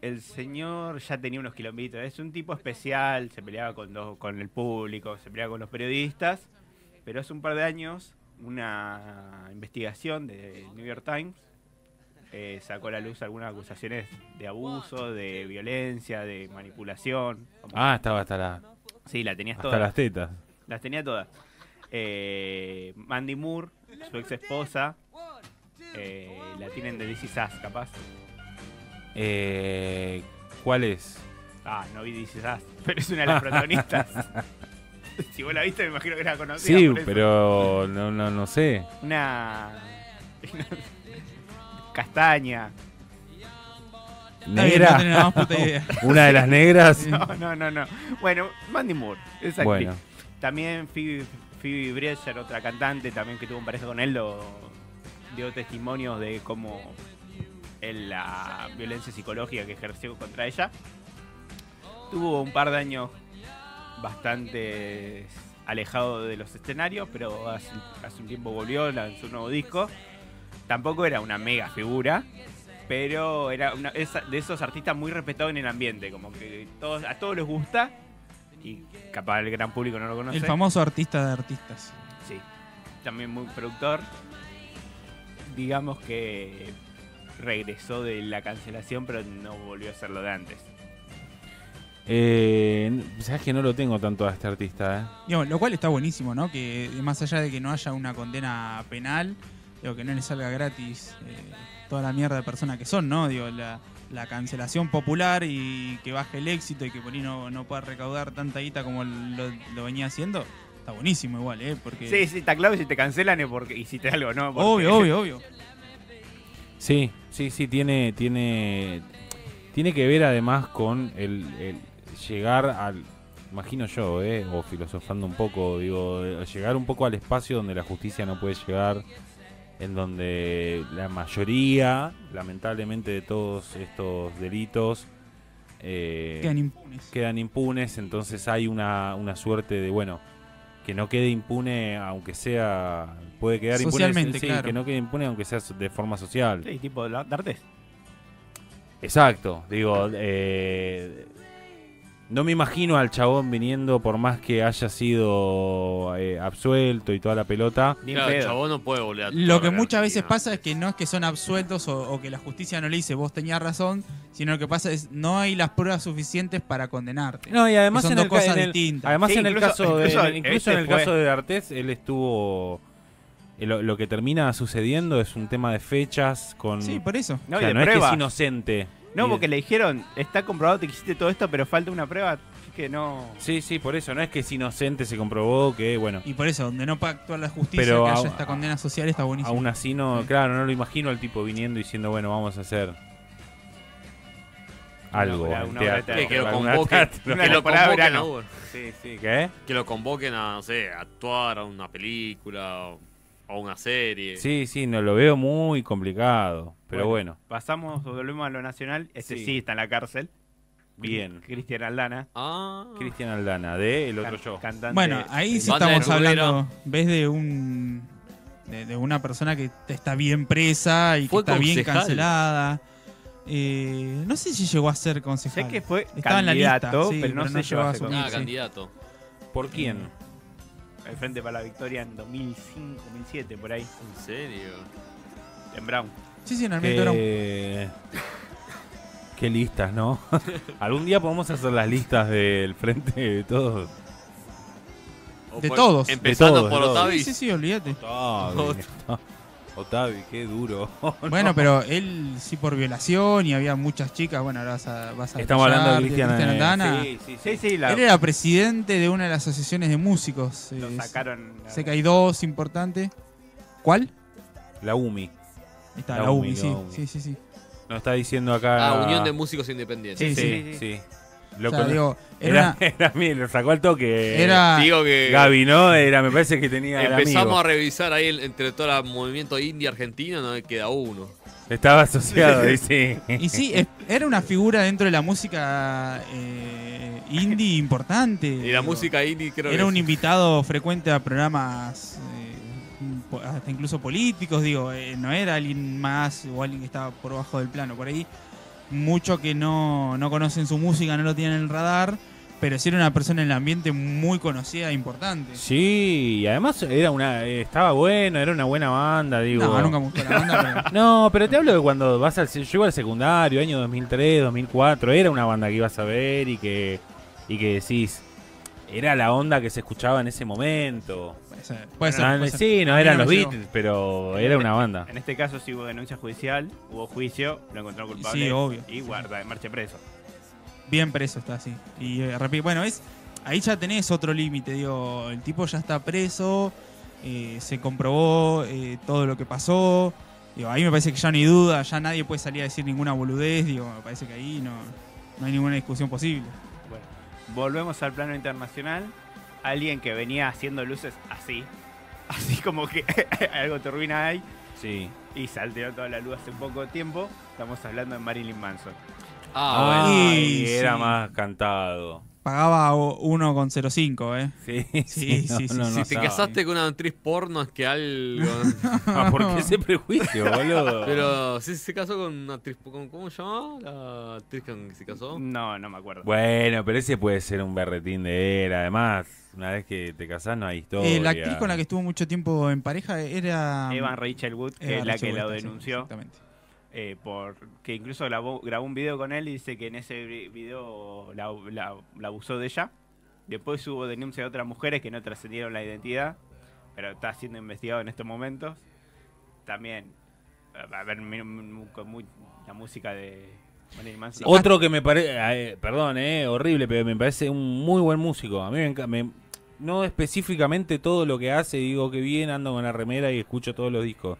Speaker 5: El señor ya tenía unos kilómetros, es un tipo especial, se peleaba con, dos- con el público, se peleaba con los periodistas, pero hace un par de años una investigación de New York Times eh, sacó a la luz algunas acusaciones de abuso, de violencia, de manipulación. Como-
Speaker 4: Ah, estaba hasta, la,
Speaker 5: sí, la tenías
Speaker 4: hasta
Speaker 5: todas.
Speaker 4: las tetas.
Speaker 5: Las tenía todas. Eh, Mandy Moore, su ex esposa, eh, la tienen de DC Sass, capaz.
Speaker 4: Eh, ¿Cuál es?
Speaker 5: Ah, no vi DC Sass, pero es una
Speaker 4: *laughs*
Speaker 5: de las protagonistas. *laughs* si vos la viste, me imagino que era conocida.
Speaker 4: Sí,
Speaker 5: por eso.
Speaker 4: pero no, no, no sé.
Speaker 5: Una. *laughs* Castaña.
Speaker 6: Está bien, no tenía la
Speaker 4: ¿Negra? *laughs*
Speaker 6: más puta idea.
Speaker 4: ¿Una de las
Speaker 6: *laughs*
Speaker 4: negras?
Speaker 5: No, no, no, no. Bueno, Mandy Moore, esa actriz.
Speaker 4: Bueno,
Speaker 5: También Phoebe, Phoebe Brescher, otra cantante también que tuvo un pareja con él, lo- dio testimonios de cómo él, la violencia psicológica que ejerció contra ella. Tuvo un par de años bastante alejado de los escenarios, pero hace, hace un tiempo volvió, lanzó un nuevo disco. Tampoco era una mega figura, pero era una- es de esos artistas muy respetados en el ambiente, como que todos, a todos les gusta y capaz el gran público no lo conoce.
Speaker 6: El famoso artista de artistas.
Speaker 5: Sí. También muy productor. Digamos que regresó de la cancelación, pero no volvió a ser lo de antes.
Speaker 4: eh, sabes que no lo tengo tanto a este artista, ¿eh?
Speaker 6: Digo, lo cual está buenísimo, ¿no? Que más allá de que no haya una condena penal, digo, que no le salga gratis eh, toda la mierda de personas que son, ¿no? Digo, la, la cancelación popular y que baje el éxito y que por ahí no, no pueda recaudar tanta guita como lo, lo venía haciendo, está buenísimo igual, ¿eh? Porque...
Speaker 5: Sí, sí, está claro que si te cancelan es porque hiciste algo, ¿no? Porque-
Speaker 6: obvio, obvio, obvio.
Speaker 4: Sí, sí, sí, tiene, tiene, tiene que ver además con el, el llegar al, imagino yo, eh, o filosofando un poco, digo, eh, llegar un poco al espacio donde la justicia no puede llegar, en donde la mayoría, lamentablemente, de todos estos delitos eh,
Speaker 6: Quedan impunes.
Speaker 4: quedan impunes, entonces hay una, una suerte de, bueno, que no quede impune, aunque sea, puede quedar impune,
Speaker 6: Socialmente,
Speaker 4: sí,
Speaker 6: claro.
Speaker 4: que no quede impune aunque sea de forma social.
Speaker 5: *laughs* Sí, tipo la- D'Artes.
Speaker 4: Exacto, digo, eh, no me imagino al chabón viniendo por más que haya sido eh, absuelto y toda la pelota.
Speaker 5: Ni en
Speaker 7: Claro, el
Speaker 5: pedo.
Speaker 7: chabón no puede volver a
Speaker 6: Lo
Speaker 7: tocar
Speaker 6: que
Speaker 7: en
Speaker 6: muchas veces
Speaker 7: Argentina.
Speaker 6: pasa es que no es que son absueltos o, o que la justicia no le dice vos tenías razón, sino lo que pasa es no hay las pruebas suficientes para condenarte.
Speaker 4: No, y además
Speaker 6: Que son
Speaker 4: en
Speaker 6: dos
Speaker 4: el, ca-
Speaker 6: cosas
Speaker 4: en el-
Speaker 6: distintas.
Speaker 4: además
Speaker 5: Sí,
Speaker 4: en el
Speaker 5: incluso-
Speaker 4: caso de,
Speaker 5: incluso
Speaker 4: en- incluso
Speaker 5: este
Speaker 4: en el
Speaker 5: fue-
Speaker 4: caso de Artés, él estuvo eh, lo, lo que termina sucediendo es un tema de fechas con
Speaker 6: Sí, por eso.
Speaker 5: No,
Speaker 4: o
Speaker 5: y
Speaker 4: sea,
Speaker 5: de
Speaker 4: no es que
Speaker 5: pruebas.
Speaker 4: es inocente. Y
Speaker 5: No,
Speaker 4: de-
Speaker 5: porque le dijeron, está comprobado que hiciste todo esto, pero falta una prueba. Así que no.
Speaker 4: Sí, sí, por eso, no es que es inocente, se comprobó que bueno,
Speaker 6: Y por eso, donde no pueda actuar la justicia,
Speaker 4: Pero
Speaker 6: que
Speaker 4: a-
Speaker 6: haya esta condena social está buenísimo.
Speaker 4: aún así no,
Speaker 6: Sí.
Speaker 4: claro, no lo imagino al tipo viniendo diciendo, bueno, vamos a hacer algo
Speaker 5: Una obra-
Speaker 4: en
Speaker 5: una obra de
Speaker 4: teatro.
Speaker 7: Que, que
Speaker 4: *laughs*
Speaker 7: lo
Speaker 4: Alguna
Speaker 7: convoquen.
Speaker 4: teatro.
Speaker 5: Una
Speaker 7: Que lo
Speaker 5: temporada de
Speaker 7: convoquen
Speaker 5: verano.
Speaker 7: a Uber.
Speaker 4: Sí, sí, ¿qué?
Speaker 7: Que lo convoquen a, no sé, a actuar a una película o a una serie.
Speaker 4: Sí, sí, no lo veo muy complicado, pero bueno.
Speaker 5: Pasamos, volvemos a lo nacional. Este
Speaker 4: Sí.
Speaker 5: sí, está en la cárcel.
Speaker 4: Bien.
Speaker 5: Cristian Aldana.
Speaker 7: Ah,
Speaker 4: Cristian Aldana, de El Otro
Speaker 5: can-
Speaker 4: Yo.
Speaker 5: Cantante.
Speaker 6: bueno, ahí sí
Speaker 7: Banda de
Speaker 6: estamos
Speaker 7: Rubero.
Speaker 6: hablando, ves de un de, de una persona que te- está bien presa y que
Speaker 7: Fue
Speaker 6: está bien
Speaker 7: concejal.
Speaker 6: cancelada. Eh, no sé si llegó a ser
Speaker 5: Sé
Speaker 6: concejal.
Speaker 5: que fue
Speaker 6: Estaba en la lista,
Speaker 5: candidato,
Speaker 6: sí,
Speaker 5: pero no
Speaker 6: pero no
Speaker 5: se llevó
Speaker 6: llegó a
Speaker 5: a ser
Speaker 6: asumir.
Speaker 7: ah,
Speaker 6: sí.
Speaker 7: candidato.
Speaker 4: ¿Por quién?
Speaker 5: El Frente para la Victoria en 2005, 2007, por ahí.
Speaker 7: ¿En serio?
Speaker 5: en Brown.
Speaker 6: Sí, sí, en Armiento Brown.
Speaker 4: Qué, *laughs* qué listas,
Speaker 5: *laughs*
Speaker 4: ¿no? Algún día podemos hacer las listas del frente de todos.
Speaker 7: O
Speaker 6: De
Speaker 7: por-
Speaker 6: todos. De
Speaker 7: Empezando
Speaker 4: todos,
Speaker 7: por
Speaker 4: de todos.
Speaker 7: Otavi.
Speaker 6: Sí, sí, sí, olvídate.
Speaker 4: Otavi, Otavi, qué duro. *laughs*
Speaker 6: Bueno, pero él sí por violación y había muchas chicas. Bueno, ahora vas a. Vas a
Speaker 4: Estamos hablando de
Speaker 6: brillar,
Speaker 4: Cristian
Speaker 6: Andana.
Speaker 4: Sí, sí,
Speaker 5: Ah, Sí,
Speaker 4: sí.
Speaker 5: sí, la,
Speaker 6: Él era presidente de una de las asociaciones de músicos.
Speaker 5: lo
Speaker 6: eh,
Speaker 5: sacaron.
Speaker 6: Sé que hay dos importantes. ¿Cuál?
Speaker 4: La UMI.
Speaker 6: Ahí está,
Speaker 4: La
Speaker 6: la,
Speaker 4: UMI,
Speaker 6: UMI, sí,
Speaker 4: la UMI.
Speaker 6: sí, sí, sí.
Speaker 4: Nos está diciendo acá.
Speaker 7: Ah, Unión de Músicos Independientes.
Speaker 6: Sí, sí.
Speaker 4: Sí, sí.
Speaker 6: O
Speaker 4: Lo
Speaker 6: sea,
Speaker 4: cono-
Speaker 6: digo,
Speaker 4: *laughs* era,
Speaker 6: era,
Speaker 4: era mí, lo sacó al toque. Eh,
Speaker 6: era,
Speaker 7: Ah, Digo que
Speaker 4: Gaby, ¿no? Era, me parece que tenía. era
Speaker 7: empezamos
Speaker 4: amigo.
Speaker 7: a revisar ahí el- entre todo el movimiento indie argentino, no queda uno.
Speaker 4: Estaba asociado, *laughs* y sí.
Speaker 6: Y sí, es- era una figura dentro de la música eh, indie *laughs* importante.
Speaker 7: Y la
Speaker 6: Digo,
Speaker 7: música indie creo que
Speaker 6: Era un
Speaker 7: es-
Speaker 6: invitado frecuente a programas, eh, po- hasta incluso políticos, digo, eh, no era alguien más o alguien que estaba por bajo del plano. Por ahí, mucho que no, no conocen su música, no lo tienen en el radar, pero sí era una persona en el ambiente muy conocida e importante.
Speaker 4: Sí, y además era una, eh, estaba bueno, era una buena banda, digo.
Speaker 6: No, nunca me gustó la
Speaker 7: *laughs*
Speaker 6: banda, pero-
Speaker 4: No, pero te hablo de cuando vas al. Yo iba al secundario, año 2003, 2004. Era una banda que ibas a ver y que. Y que decís. Era la onda que se escuchaba en ese momento.
Speaker 6: puede ser, puede ser,
Speaker 4: No,
Speaker 6: puede ser.
Speaker 4: sí,
Speaker 6: A
Speaker 4: no
Speaker 6: mí
Speaker 4: eran
Speaker 6: no
Speaker 4: los
Speaker 6: me llegó.
Speaker 4: Beatles, pero era una banda.
Speaker 5: En este caso sí hubo denuncia judicial, hubo juicio, lo encontraron culpable.
Speaker 6: Sí, obvio.
Speaker 5: Y guarda, marcha preso.
Speaker 6: Bien preso está, sí. Y eh, repi- bueno, es ahí ya tenés otro límite, digo, el tipo ya está preso, eh, se comprobó eh, todo lo que pasó, digo, ahí me parece que ya no hay duda, ya nadie puede salir a decir ninguna boludez, digo, me parece que ahí no, no hay ninguna discusión posible.
Speaker 5: Bueno, volvemos al plano internacional. Alguien que venía haciendo luces así, *laughs* así como que *laughs* algo turbina ahí,
Speaker 4: Sí.
Speaker 5: y salteó toda la luz hace poco tiempo. Estamos hablando de Marilyn Manson.
Speaker 7: Ah, bueno.
Speaker 4: y
Speaker 6: Y
Speaker 4: era
Speaker 6: sí.
Speaker 4: más cantado.
Speaker 6: Pagaba o- 1,05, ¿eh?
Speaker 4: *laughs* Sí,
Speaker 6: Sí, sí, sí, sí,
Speaker 7: Si te
Speaker 4: sabe.
Speaker 7: casaste con una actriz porno es que algo...
Speaker 4: *laughs* Ah, ¿Por qué ese
Speaker 6: *laughs*
Speaker 4: prejuicio, boludo?
Speaker 7: Pero sí se casó con una actriz... con- ¿Cómo se llamaba la actriz con que se
Speaker 4: Mm.
Speaker 7: casó?
Speaker 5: No, no me acuerdo.
Speaker 4: Bueno, pero ese puede ser un berretín de era. Además, una vez que te casás no hay historia.
Speaker 6: Eh, la actriz con la que estuvo mucho tiempo en pareja era...
Speaker 5: Evan Rachel Wood, que
Speaker 6: Eva
Speaker 5: es la
Speaker 6: Rachel
Speaker 5: que lo
Speaker 6: Wood, sí,
Speaker 5: denunció,
Speaker 6: exactamente.
Speaker 5: eh, por que incluso grabó, grabó un video con él y dice que en ese vi- video la, la- la abusó de ella. Después hubo denuncia de otras mujeres que no trascendieron la identidad, pero está siendo investigado en estos momentos. También, eh, a ver, mi- mi- con muy- la música de Marilyn Manson.
Speaker 4: Otro que me parece, perdón, eh, horrible, pero me parece un muy buen músico. A mí me, enca- me- no específicamente todo lo que hace, digo que bien, ando con la remera y escucho todos los discos,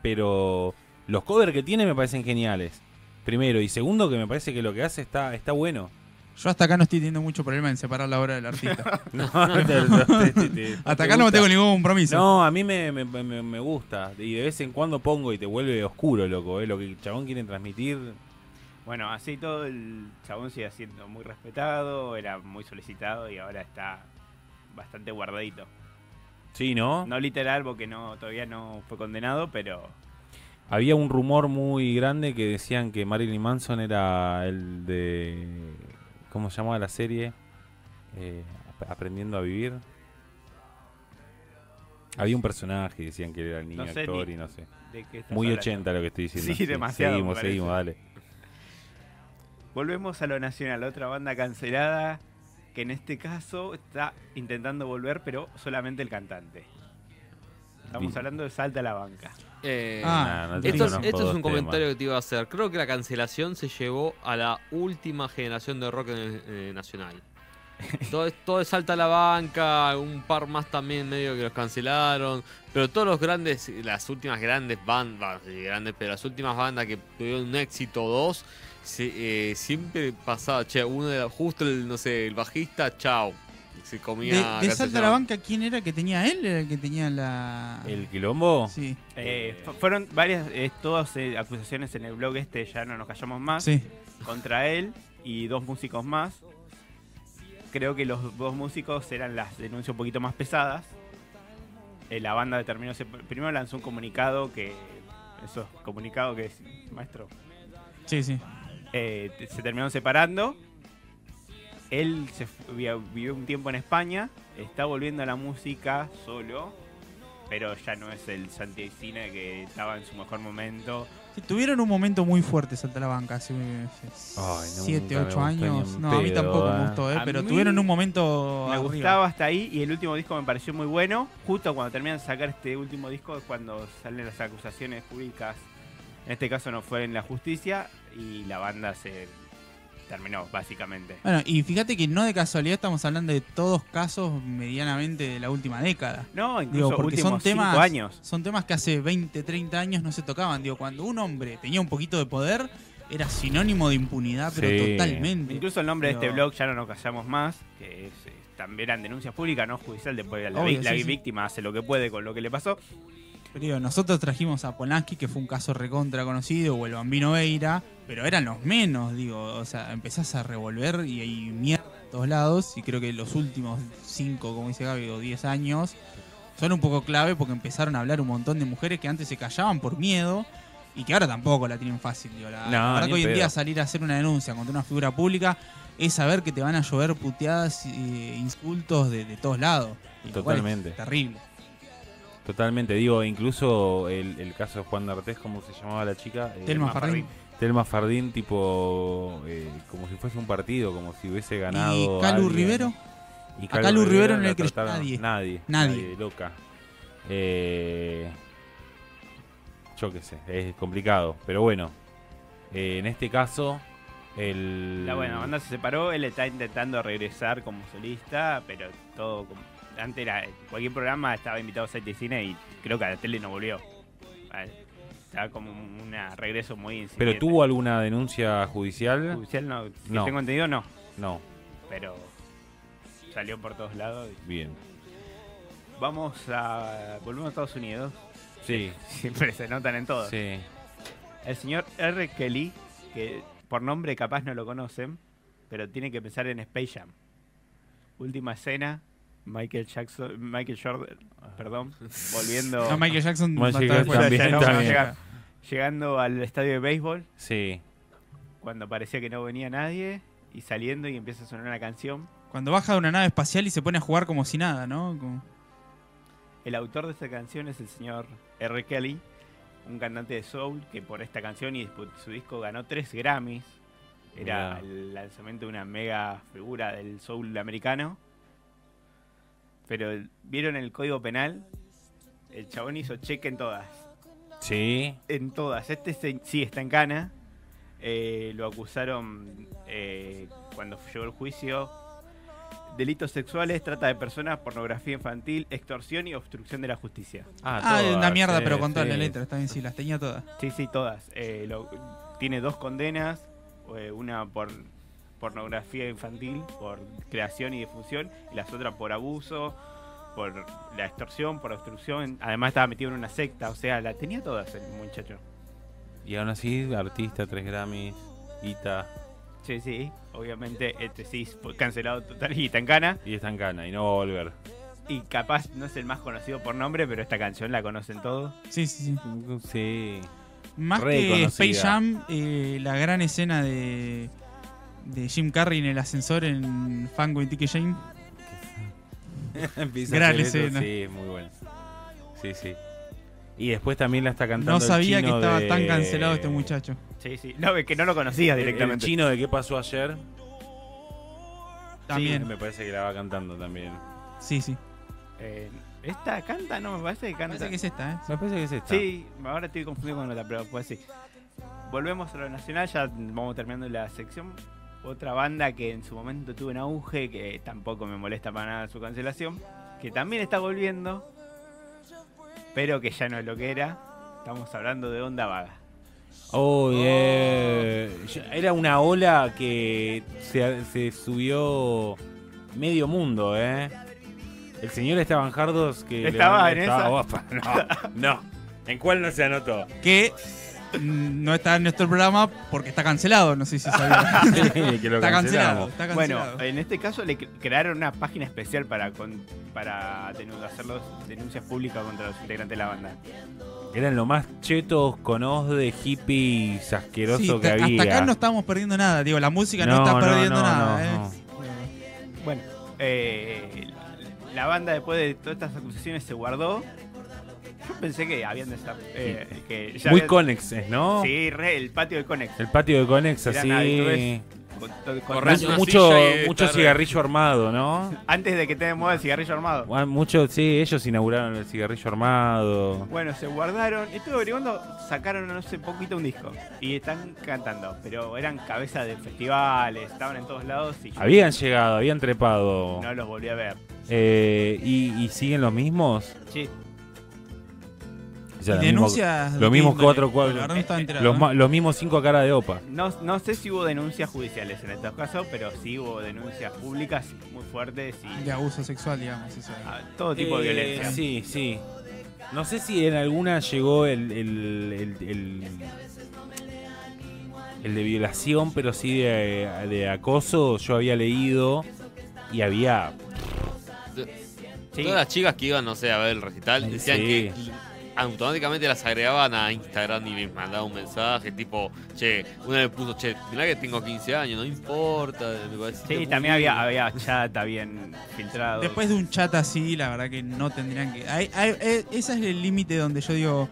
Speaker 4: pero los covers que tiene me parecen geniales. Primero y segundo que me parece que lo que hace está está bueno.
Speaker 6: Yo hasta acá no estoy teniendo mucho problema en separar la obra del artista.
Speaker 4: No, *laughs* te- te- te- te-
Speaker 6: hasta
Speaker 4: te
Speaker 6: acá no
Speaker 4: gusta.
Speaker 6: tengo ningún compromiso.
Speaker 4: No, a mí me, me- me- me gusta. Y de vez en cuando pongo y te vuelve oscuro, loco. eh, Lo que el chabón quiere transmitir
Speaker 5: Bueno, así todo el chabón sigue siendo muy respetado, era muy solicitado y ahora está bastante guardadito.
Speaker 4: Sí, ¿no?
Speaker 5: No literal, porque no todavía no fue condenado, pero
Speaker 4: Había un rumor muy grande que decían que Marilyn Manson era el de. ¿Cómo se llamaba la serie? Eh, Ap- aprendiendo a vivir. Había un personaje que decían que era el niño
Speaker 5: No sé,
Speaker 4: actor
Speaker 5: ni-
Speaker 4: y no sé.
Speaker 5: ¿de qué estás
Speaker 4: Muy
Speaker 5: hablando?
Speaker 4: 80 lo que estoy diciendo.
Speaker 5: Sí, demasiado,
Speaker 4: Seguimos,
Speaker 5: me parece.
Speaker 4: seguimos, dale.
Speaker 5: Volvemos a lo nacional, otra banda cancelada que en este caso está intentando volver, pero solamente el cantante. Estamos
Speaker 4: Bien.
Speaker 5: hablando de Salta a la Banca.
Speaker 7: Eh,
Speaker 4: Nah,
Speaker 6: Ah,
Speaker 4: no este te
Speaker 7: Esto es,
Speaker 4: conozco
Speaker 7: esto es
Speaker 4: dos
Speaker 7: un
Speaker 4: temas.
Speaker 7: comentario que te iba a hacer. Creo que la cancelación se llevó a la última generación de rock en- eh, nacional.
Speaker 4: *laughs*
Speaker 7: Todo, es- todo es salta a la banca, un par más también medio que los cancelaron. Pero todos los grandes, las últimas grandes bandas, eh, grandes, pero las últimas bandas que tuvieron un éxito o dos, se- eh, siempre pasaba, che, uno era justo el, no sé, el bajista, chao. Se comía.
Speaker 6: De, de Salta a la
Speaker 7: cancelaron.
Speaker 6: Banca, ¿quién era que tenía él? Era el que tenía la.
Speaker 4: ¿El quilombo?
Speaker 6: Sí.
Speaker 5: Eh, fu- fueron varias, eh, todas eh, acusaciones en el blog este, ya no nos callamos más.
Speaker 6: Ah. Sí.
Speaker 5: contra él y dos músicos más. Creo que los dos músicos eran las denuncias un poquito más pesadas. Eh, la banda determinó. se- Primero lanzó un comunicado que. Esos comunicados que es. Maestro.
Speaker 6: Sí, sí.
Speaker 5: Eh, te- se terminaron separando. Él se fu- vi- vivió un tiempo en España. Está volviendo a la música solo. pero ya no es el Santi Cina que estaba en su mejor momento.
Speaker 6: Sí, tuvieron un momento muy fuerte Salta la Banca hace eh,
Speaker 4: Ay, no, nunca
Speaker 6: siete,
Speaker 4: me
Speaker 6: ocho
Speaker 4: gustó ni
Speaker 6: años.
Speaker 4: en
Speaker 6: No, a mí
Speaker 4: pedo,
Speaker 6: tampoco
Speaker 4: eh.
Speaker 6: me gustó, eh,
Speaker 5: A
Speaker 6: pero
Speaker 5: mí
Speaker 6: tuvieron un momento
Speaker 5: Me
Speaker 6: aburrido.
Speaker 5: gustaba hasta ahí y el último disco me pareció muy bueno. Justo cuando terminan de sacar este último disco es cuando salen las acusaciones públicas. En este caso no fue en la justicia y la banda se terminó, básicamente.
Speaker 6: Bueno, y fíjate que no de casualidad estamos hablando de todos casos medianamente de la última década.
Speaker 5: No, incluso
Speaker 6: Digo, porque
Speaker 5: últimos
Speaker 6: son
Speaker 5: cinco
Speaker 6: temas,
Speaker 5: años.
Speaker 6: son temas que hace 20, 30 años no se tocaban. Digo, cuando un hombre tenía un poquito de poder, era sinónimo de impunidad, pero
Speaker 4: Sí.
Speaker 6: totalmente.
Speaker 5: Incluso el nombre de este
Speaker 6: Pero-
Speaker 5: blog ya no nos callamos más, que es, eh, también eran denuncias públicas, no judicial, después la,
Speaker 6: Obvio,
Speaker 5: vi- la
Speaker 6: sí, sí.
Speaker 5: víctima hace lo que puede con lo que le pasó.
Speaker 6: Pero digo, nosotros trajimos a Polanski, que fue un caso recontra conocido, o el Bambino Veira, pero eran los menos, digo. O sea, empezás a revolver y hay mierda en todos lados. Y creo que los últimos 5, como dice Gaby, o 10 años, son un poco clave porque empezaron a hablar un montón de mujeres que antes se callaban por miedo y que ahora tampoco la tienen fácil. Digo, la,
Speaker 4: No,
Speaker 6: la verdad
Speaker 4: ni
Speaker 6: que hoy en
Speaker 4: en
Speaker 6: día
Speaker 4: pedo.
Speaker 6: salir a hacer una denuncia contra una figura pública es saber que te van a llover puteadas, eh, insultos de, de todos lados. Y lo cual es
Speaker 4: Totalmente.
Speaker 6: Terrible.
Speaker 4: Totalmente, digo, incluso el, el caso de Juan de Artés, ¿cómo se llamaba la chica? Eh,
Speaker 6: Telma Fardín.
Speaker 4: Telma Fardín, tipo, eh, como si fuese un partido, como si hubiese ganado.
Speaker 6: ¿Y Calu
Speaker 4: alguien.
Speaker 6: Rivero?
Speaker 4: Y
Speaker 6: Calu Rivero no
Speaker 4: la
Speaker 6: le creyó
Speaker 4: trataron-
Speaker 6: nadie.
Speaker 4: Nadie.
Speaker 6: Nadie.
Speaker 4: loca. Eh, yo qué sé, es complicado. Pero bueno, eh, en este caso, el.
Speaker 5: La buena banda se separó, él está intentando regresar como solista, pero todo como- Antes era cualquier programa estaba invitado a set de cine y creo que a la tele no volvió. Vale. Estaba como un una regreso muy
Speaker 4: ¿Pero
Speaker 5: incipiente.
Speaker 4: tuvo alguna denuncia judicial?
Speaker 5: judicial no, que
Speaker 4: No.
Speaker 5: tengo entendido no,
Speaker 4: No,
Speaker 5: pero salió por todos lados.
Speaker 4: bien.
Speaker 5: Vamos a volvemos a Estados Unidos. *laughs*
Speaker 4: Sí,
Speaker 5: Siempre se notan en todo.
Speaker 4: sí.
Speaker 5: El señor R. Kelly, que por nombre capaz no lo conocen, pero tiene que pensar en Space Jam. Última escena, Michael Jackson, Michael Jordan, perdón, volviendo,
Speaker 6: No, Michael Jackson
Speaker 4: Michael
Speaker 6: mató después.
Speaker 5: Jackson
Speaker 6: Ya,
Speaker 5: también,
Speaker 6: ya, ya,
Speaker 5: también.
Speaker 6: ya.
Speaker 5: llegando al estadio de béisbol
Speaker 4: Sí.
Speaker 5: cuando parecía que no venía nadie y saliendo y empieza a sonar una canción.
Speaker 6: Cuando baja de una nave espacial y se pone a jugar como si nada, ¿no? Como-
Speaker 5: El autor de esta canción es el señor R. Kelly, un cantante de soul que por esta canción y por su disco ganó tres Grammys. Era
Speaker 4: Mirá.
Speaker 5: el lanzamiento de una mega figura del soul americano. Pero vieron el código penal. El chabón hizo cheque en todas.
Speaker 4: Sí.
Speaker 5: En todas. Este se- sí está en cana. Eh, lo acusaron eh, cuando llegó el juicio. Delitos sexuales, trata de personas, pornografía infantil, extorsión y obstrucción de la justicia.
Speaker 6: Ah,
Speaker 4: todas,
Speaker 6: una mierda,
Speaker 4: sí,
Speaker 6: pero con todas
Speaker 4: sí.
Speaker 6: las letras, también sí, las tenía todas.
Speaker 5: Sí, sí, todas. Eh, lo- tiene dos condenas, eh, una por pornografía infantil, por creación y difusión, y las otras por abuso, por la extorsión, por obstrucción. Además estaba metido en una secta, o sea, la tenía todas el muchacho.
Speaker 4: Y aún así, artista, tres Grammys, Ita
Speaker 5: Sí, sí, obviamente este sí fue cancelado total y tancana.
Speaker 4: y está en cana y no va a volver.
Speaker 5: Y capaz no es el más conocido por nombre, pero esta canción la conocen todos.
Speaker 6: Sí, sí, sí.
Speaker 4: Sí.
Speaker 6: *laughs* Más que
Speaker 4: Reconocida.
Speaker 6: Space Jam, eh, la gran escena de, de Jim Carrey en el ascensor en Fango y Tiki Jane.
Speaker 4: Empieza
Speaker 6: Gran
Speaker 4: a hacer eso,
Speaker 6: escena.
Speaker 4: Sí, muy bueno. Sí, sí. Y después también la está cantando.
Speaker 6: No
Speaker 4: el
Speaker 6: sabía que
Speaker 4: chino
Speaker 6: estaba
Speaker 4: de-
Speaker 6: tan cancelado este muchacho.
Speaker 5: Sí, sí. No, es que no lo conocía
Speaker 4: El-
Speaker 5: directamente.
Speaker 4: El chino de qué pasó ayer.
Speaker 6: También.
Speaker 4: Sí, me parece que la va cantando también.
Speaker 6: Sí, sí.
Speaker 5: Eh, ¿Esta canta? No, me parece que
Speaker 6: Me
Speaker 5: canta.
Speaker 6: Parece que es esta, ¿eh?
Speaker 4: Me parece que es esta.
Speaker 5: Sí, ahora estoy confundido con otra, pero pues sí. Volvemos a lo nacional, ya vamos terminando la sección. Otra banda que en su momento tuvo un auge, que tampoco me molesta para nada su cancelación, que también está volviendo, pero que ya no es lo que era. Estamos hablando de Onda Vaga.
Speaker 4: Oh, yeah. Ya- Era una ola que se, se subió medio mundo, ¿eh? El señor Esteban Jardos que...
Speaker 5: Estaba
Speaker 4: le-
Speaker 5: en
Speaker 4: guapa. *laughs* No, no. ¿En cuál no se
Speaker 5: *laughs*
Speaker 4: anotó?
Speaker 6: Que mm, no está en nuestro programa porque está cancelado, no sé si
Speaker 4: *laughs*
Speaker 6: sabía.
Speaker 4: Sí, que lo
Speaker 6: está cancelado,
Speaker 4: cancelamos.
Speaker 6: está
Speaker 5: Bueno,
Speaker 6: cancelado.
Speaker 5: en este caso le cre- crearon una página especial para, con- para denu- hacer los- denuncias públicas contra los integrantes de la banda.
Speaker 4: Eran lo más chetos con os de hippies asqueroso
Speaker 6: Sí,
Speaker 4: que
Speaker 6: ta-
Speaker 4: había.
Speaker 6: Hasta acá no estamos perdiendo nada, digo, la música no,
Speaker 4: No,
Speaker 6: está
Speaker 4: no,
Speaker 6: perdiendo
Speaker 4: no,
Speaker 6: nada.
Speaker 4: no,
Speaker 6: ¿eh?
Speaker 5: Bueno, eh, la banda después de todas estas acusaciones se guardó Yo pensé que habían desa- eh, que ya
Speaker 4: Muy
Speaker 5: habían-
Speaker 4: conexes, ¿no?
Speaker 5: Sí, re, el patio de Conex.
Speaker 4: El patio de Conex,
Speaker 5: Eran
Speaker 4: así.
Speaker 5: habitudes con- con- con-
Speaker 7: Correcto. una
Speaker 4: mucho
Speaker 7: silla y
Speaker 4: mucho
Speaker 7: estar-
Speaker 4: cigarrillo armado, ¿no?
Speaker 5: Antes de que te de moda el cigarrillo armado.
Speaker 4: Bueno, Mucho, sí, ellos inauguraron el cigarrillo armado.
Speaker 5: Bueno, se guardaron. Estuve averiguando, sacaron hace poquito un disco. Y están cantando. Pero eran cabezas de festivales, estaban en todos lados y yo
Speaker 4: Habían llegado, habían trepado.
Speaker 5: no los volví a ver.
Speaker 4: Eh, y, y siguen los mismos?
Speaker 5: Sí.
Speaker 4: O sea,
Speaker 6: Y
Speaker 4: los mismos-
Speaker 6: denuncias. de
Speaker 4: los
Speaker 6: qué
Speaker 4: mismos
Speaker 6: índole?
Speaker 4: cuatro cuadros.
Speaker 6: La verdad no estaba enterado,
Speaker 4: Los,
Speaker 6: ¿eh?
Speaker 4: ma- los mismos cinco cara de opa.
Speaker 5: No, no sé si hubo denuncias judiciales en estos casos, pero sí hubo denuncias públicas muy fuertes y
Speaker 6: ¿eh? De abuso sexual, digamos. eso.
Speaker 5: ah, todo tipo de
Speaker 4: Eh,
Speaker 5: violencia.
Speaker 4: Sí, sí. No sé si en alguna llegó el, el, el, el- el de violación, pero sí de, de acoso. Yo había leído y había.
Speaker 5: Sí.
Speaker 7: Todas las chicas que iban, no sé, a ver el recital, decían
Speaker 4: Sí.
Speaker 7: que automáticamente las agregaban a Instagram y les mandaban un mensaje tipo, che, una vez puso, che, mirá que tengo 15 años, no importa. Me parece
Speaker 5: Sí,
Speaker 7: muy
Speaker 5: también había,
Speaker 7: bien".
Speaker 5: había chat, habían filtrado.
Speaker 6: Después de un chat así, la verdad que no tendrían que. hay- hay- eh, ese es el límite donde yo digo.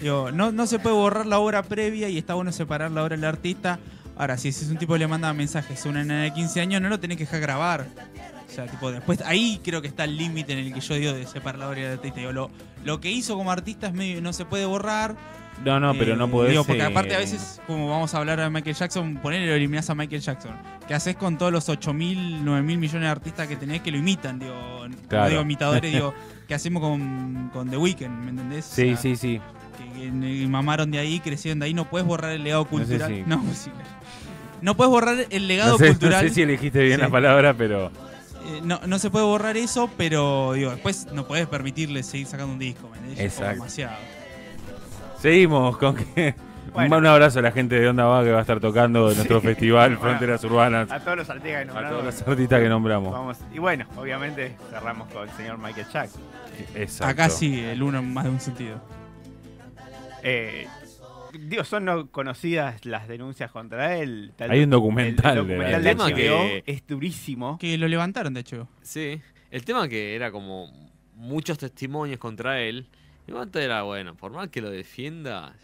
Speaker 6: digo no, no se puede borrar la obra previa y está bueno separar la obra del artista. Ahora, si es un tipo que le manda mensajes a una nena de 15 años, no lo tenés que dejar grabar. O sea, tipo, después ahí creo que está el límite en el que yo digo de separar la obra del artista. Digo, lo, lo que hizo como artista es medio, no se puede borrar.
Speaker 4: No, no, pero no
Speaker 6: Eh,
Speaker 4: podés.
Speaker 6: digo, porque
Speaker 4: eh,
Speaker 6: aparte a veces, como vamos a hablar de Michael Jackson, poner lo eliminás a Michael Jackson. ¿Qué haces con todos los 8.000, 9.000 millones de artistas que tenés que lo imitan? Digo,
Speaker 4: Claro.
Speaker 6: no digo imitadores,
Speaker 4: *laughs*
Speaker 6: digo, ¿qué hacemos con, con The Weeknd? ¿Me entendés? O
Speaker 4: Sí,
Speaker 6: sea,
Speaker 4: sí, sí.
Speaker 6: Que, que mamaron de ahí, crecieron de ahí. No puedes borrar el legado
Speaker 4: sé
Speaker 6: cultural. *laughs* No,
Speaker 4: si-
Speaker 6: musical. No puedes borrar el legado
Speaker 4: No sé, no
Speaker 6: cultural.
Speaker 4: sé si elegiste bien
Speaker 6: Sí.
Speaker 4: la palabra, pero.
Speaker 6: Eh, no, no se puede borrar eso, pero digo, después no podés permitirle seguir sacando un disco. ¿me entendés? Ya es como
Speaker 4: Exacto.
Speaker 6: demasiado.
Speaker 4: Seguimos con que.
Speaker 5: Bueno.
Speaker 4: Un abrazo a la gente de Onda Va que va a estar tocando en nuestro festival
Speaker 5: Bueno.
Speaker 4: Fronteras Urbanas.
Speaker 5: A todos los artistas que
Speaker 4: A
Speaker 5: nombraron.
Speaker 4: todas las artistas que nombramos.
Speaker 5: Vamos. Y bueno, obviamente cerramos con el señor Michael Jackson.
Speaker 4: Exacto.
Speaker 6: Acá sí, el uno en más de un sentido.
Speaker 5: Eh, digo, son no conocidas las denuncias contra él. Tal-
Speaker 4: Hay un documental
Speaker 5: El,
Speaker 4: de la
Speaker 5: documental de
Speaker 7: denuncia.
Speaker 5: HBO
Speaker 7: que-
Speaker 5: es durísimo.
Speaker 6: Que lo levantaron, de hecho.
Speaker 7: Sí, el tema que era como muchos testimonios contra él. Y antes era bueno, por más que lo defienda,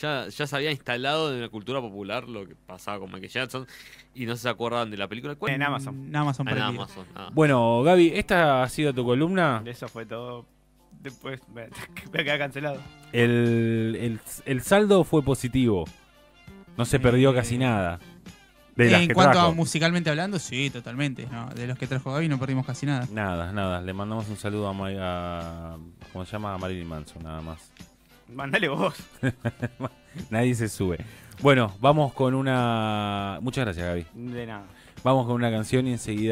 Speaker 7: ya, ya se había instalado en la cultura popular lo que pasaba con Michael Jackson y no se acuerdan de la película. ¿Cuál?
Speaker 5: En Amazon.
Speaker 6: En Amazon
Speaker 7: Ah, en
Speaker 6: perdido.
Speaker 7: Amazon. ah.
Speaker 4: Bueno, Gaby, esta ha sido tu columna.
Speaker 5: Eso fue todo. Después *laughs* me voy a quedar cancelado.
Speaker 4: El, el- el saldo fue positivo. No se perdió
Speaker 6: Eh,
Speaker 4: casi nada. De las
Speaker 6: en
Speaker 4: que
Speaker 6: cuanto
Speaker 4: trajo.
Speaker 6: a musicalmente hablando, sí, totalmente. No, de los que trajo Gaby no perdimos casi nada.
Speaker 4: Nada, nada. Le mandamos un saludo a, Ma- a- ¿Cómo se llama? A Marilyn Manson, nada más.
Speaker 5: Mándale vos.
Speaker 4: Nadie se sube. Bueno, vamos con una. Muchas gracias, Gaby.
Speaker 5: De nada.
Speaker 4: Vamos con una canción y enseguida.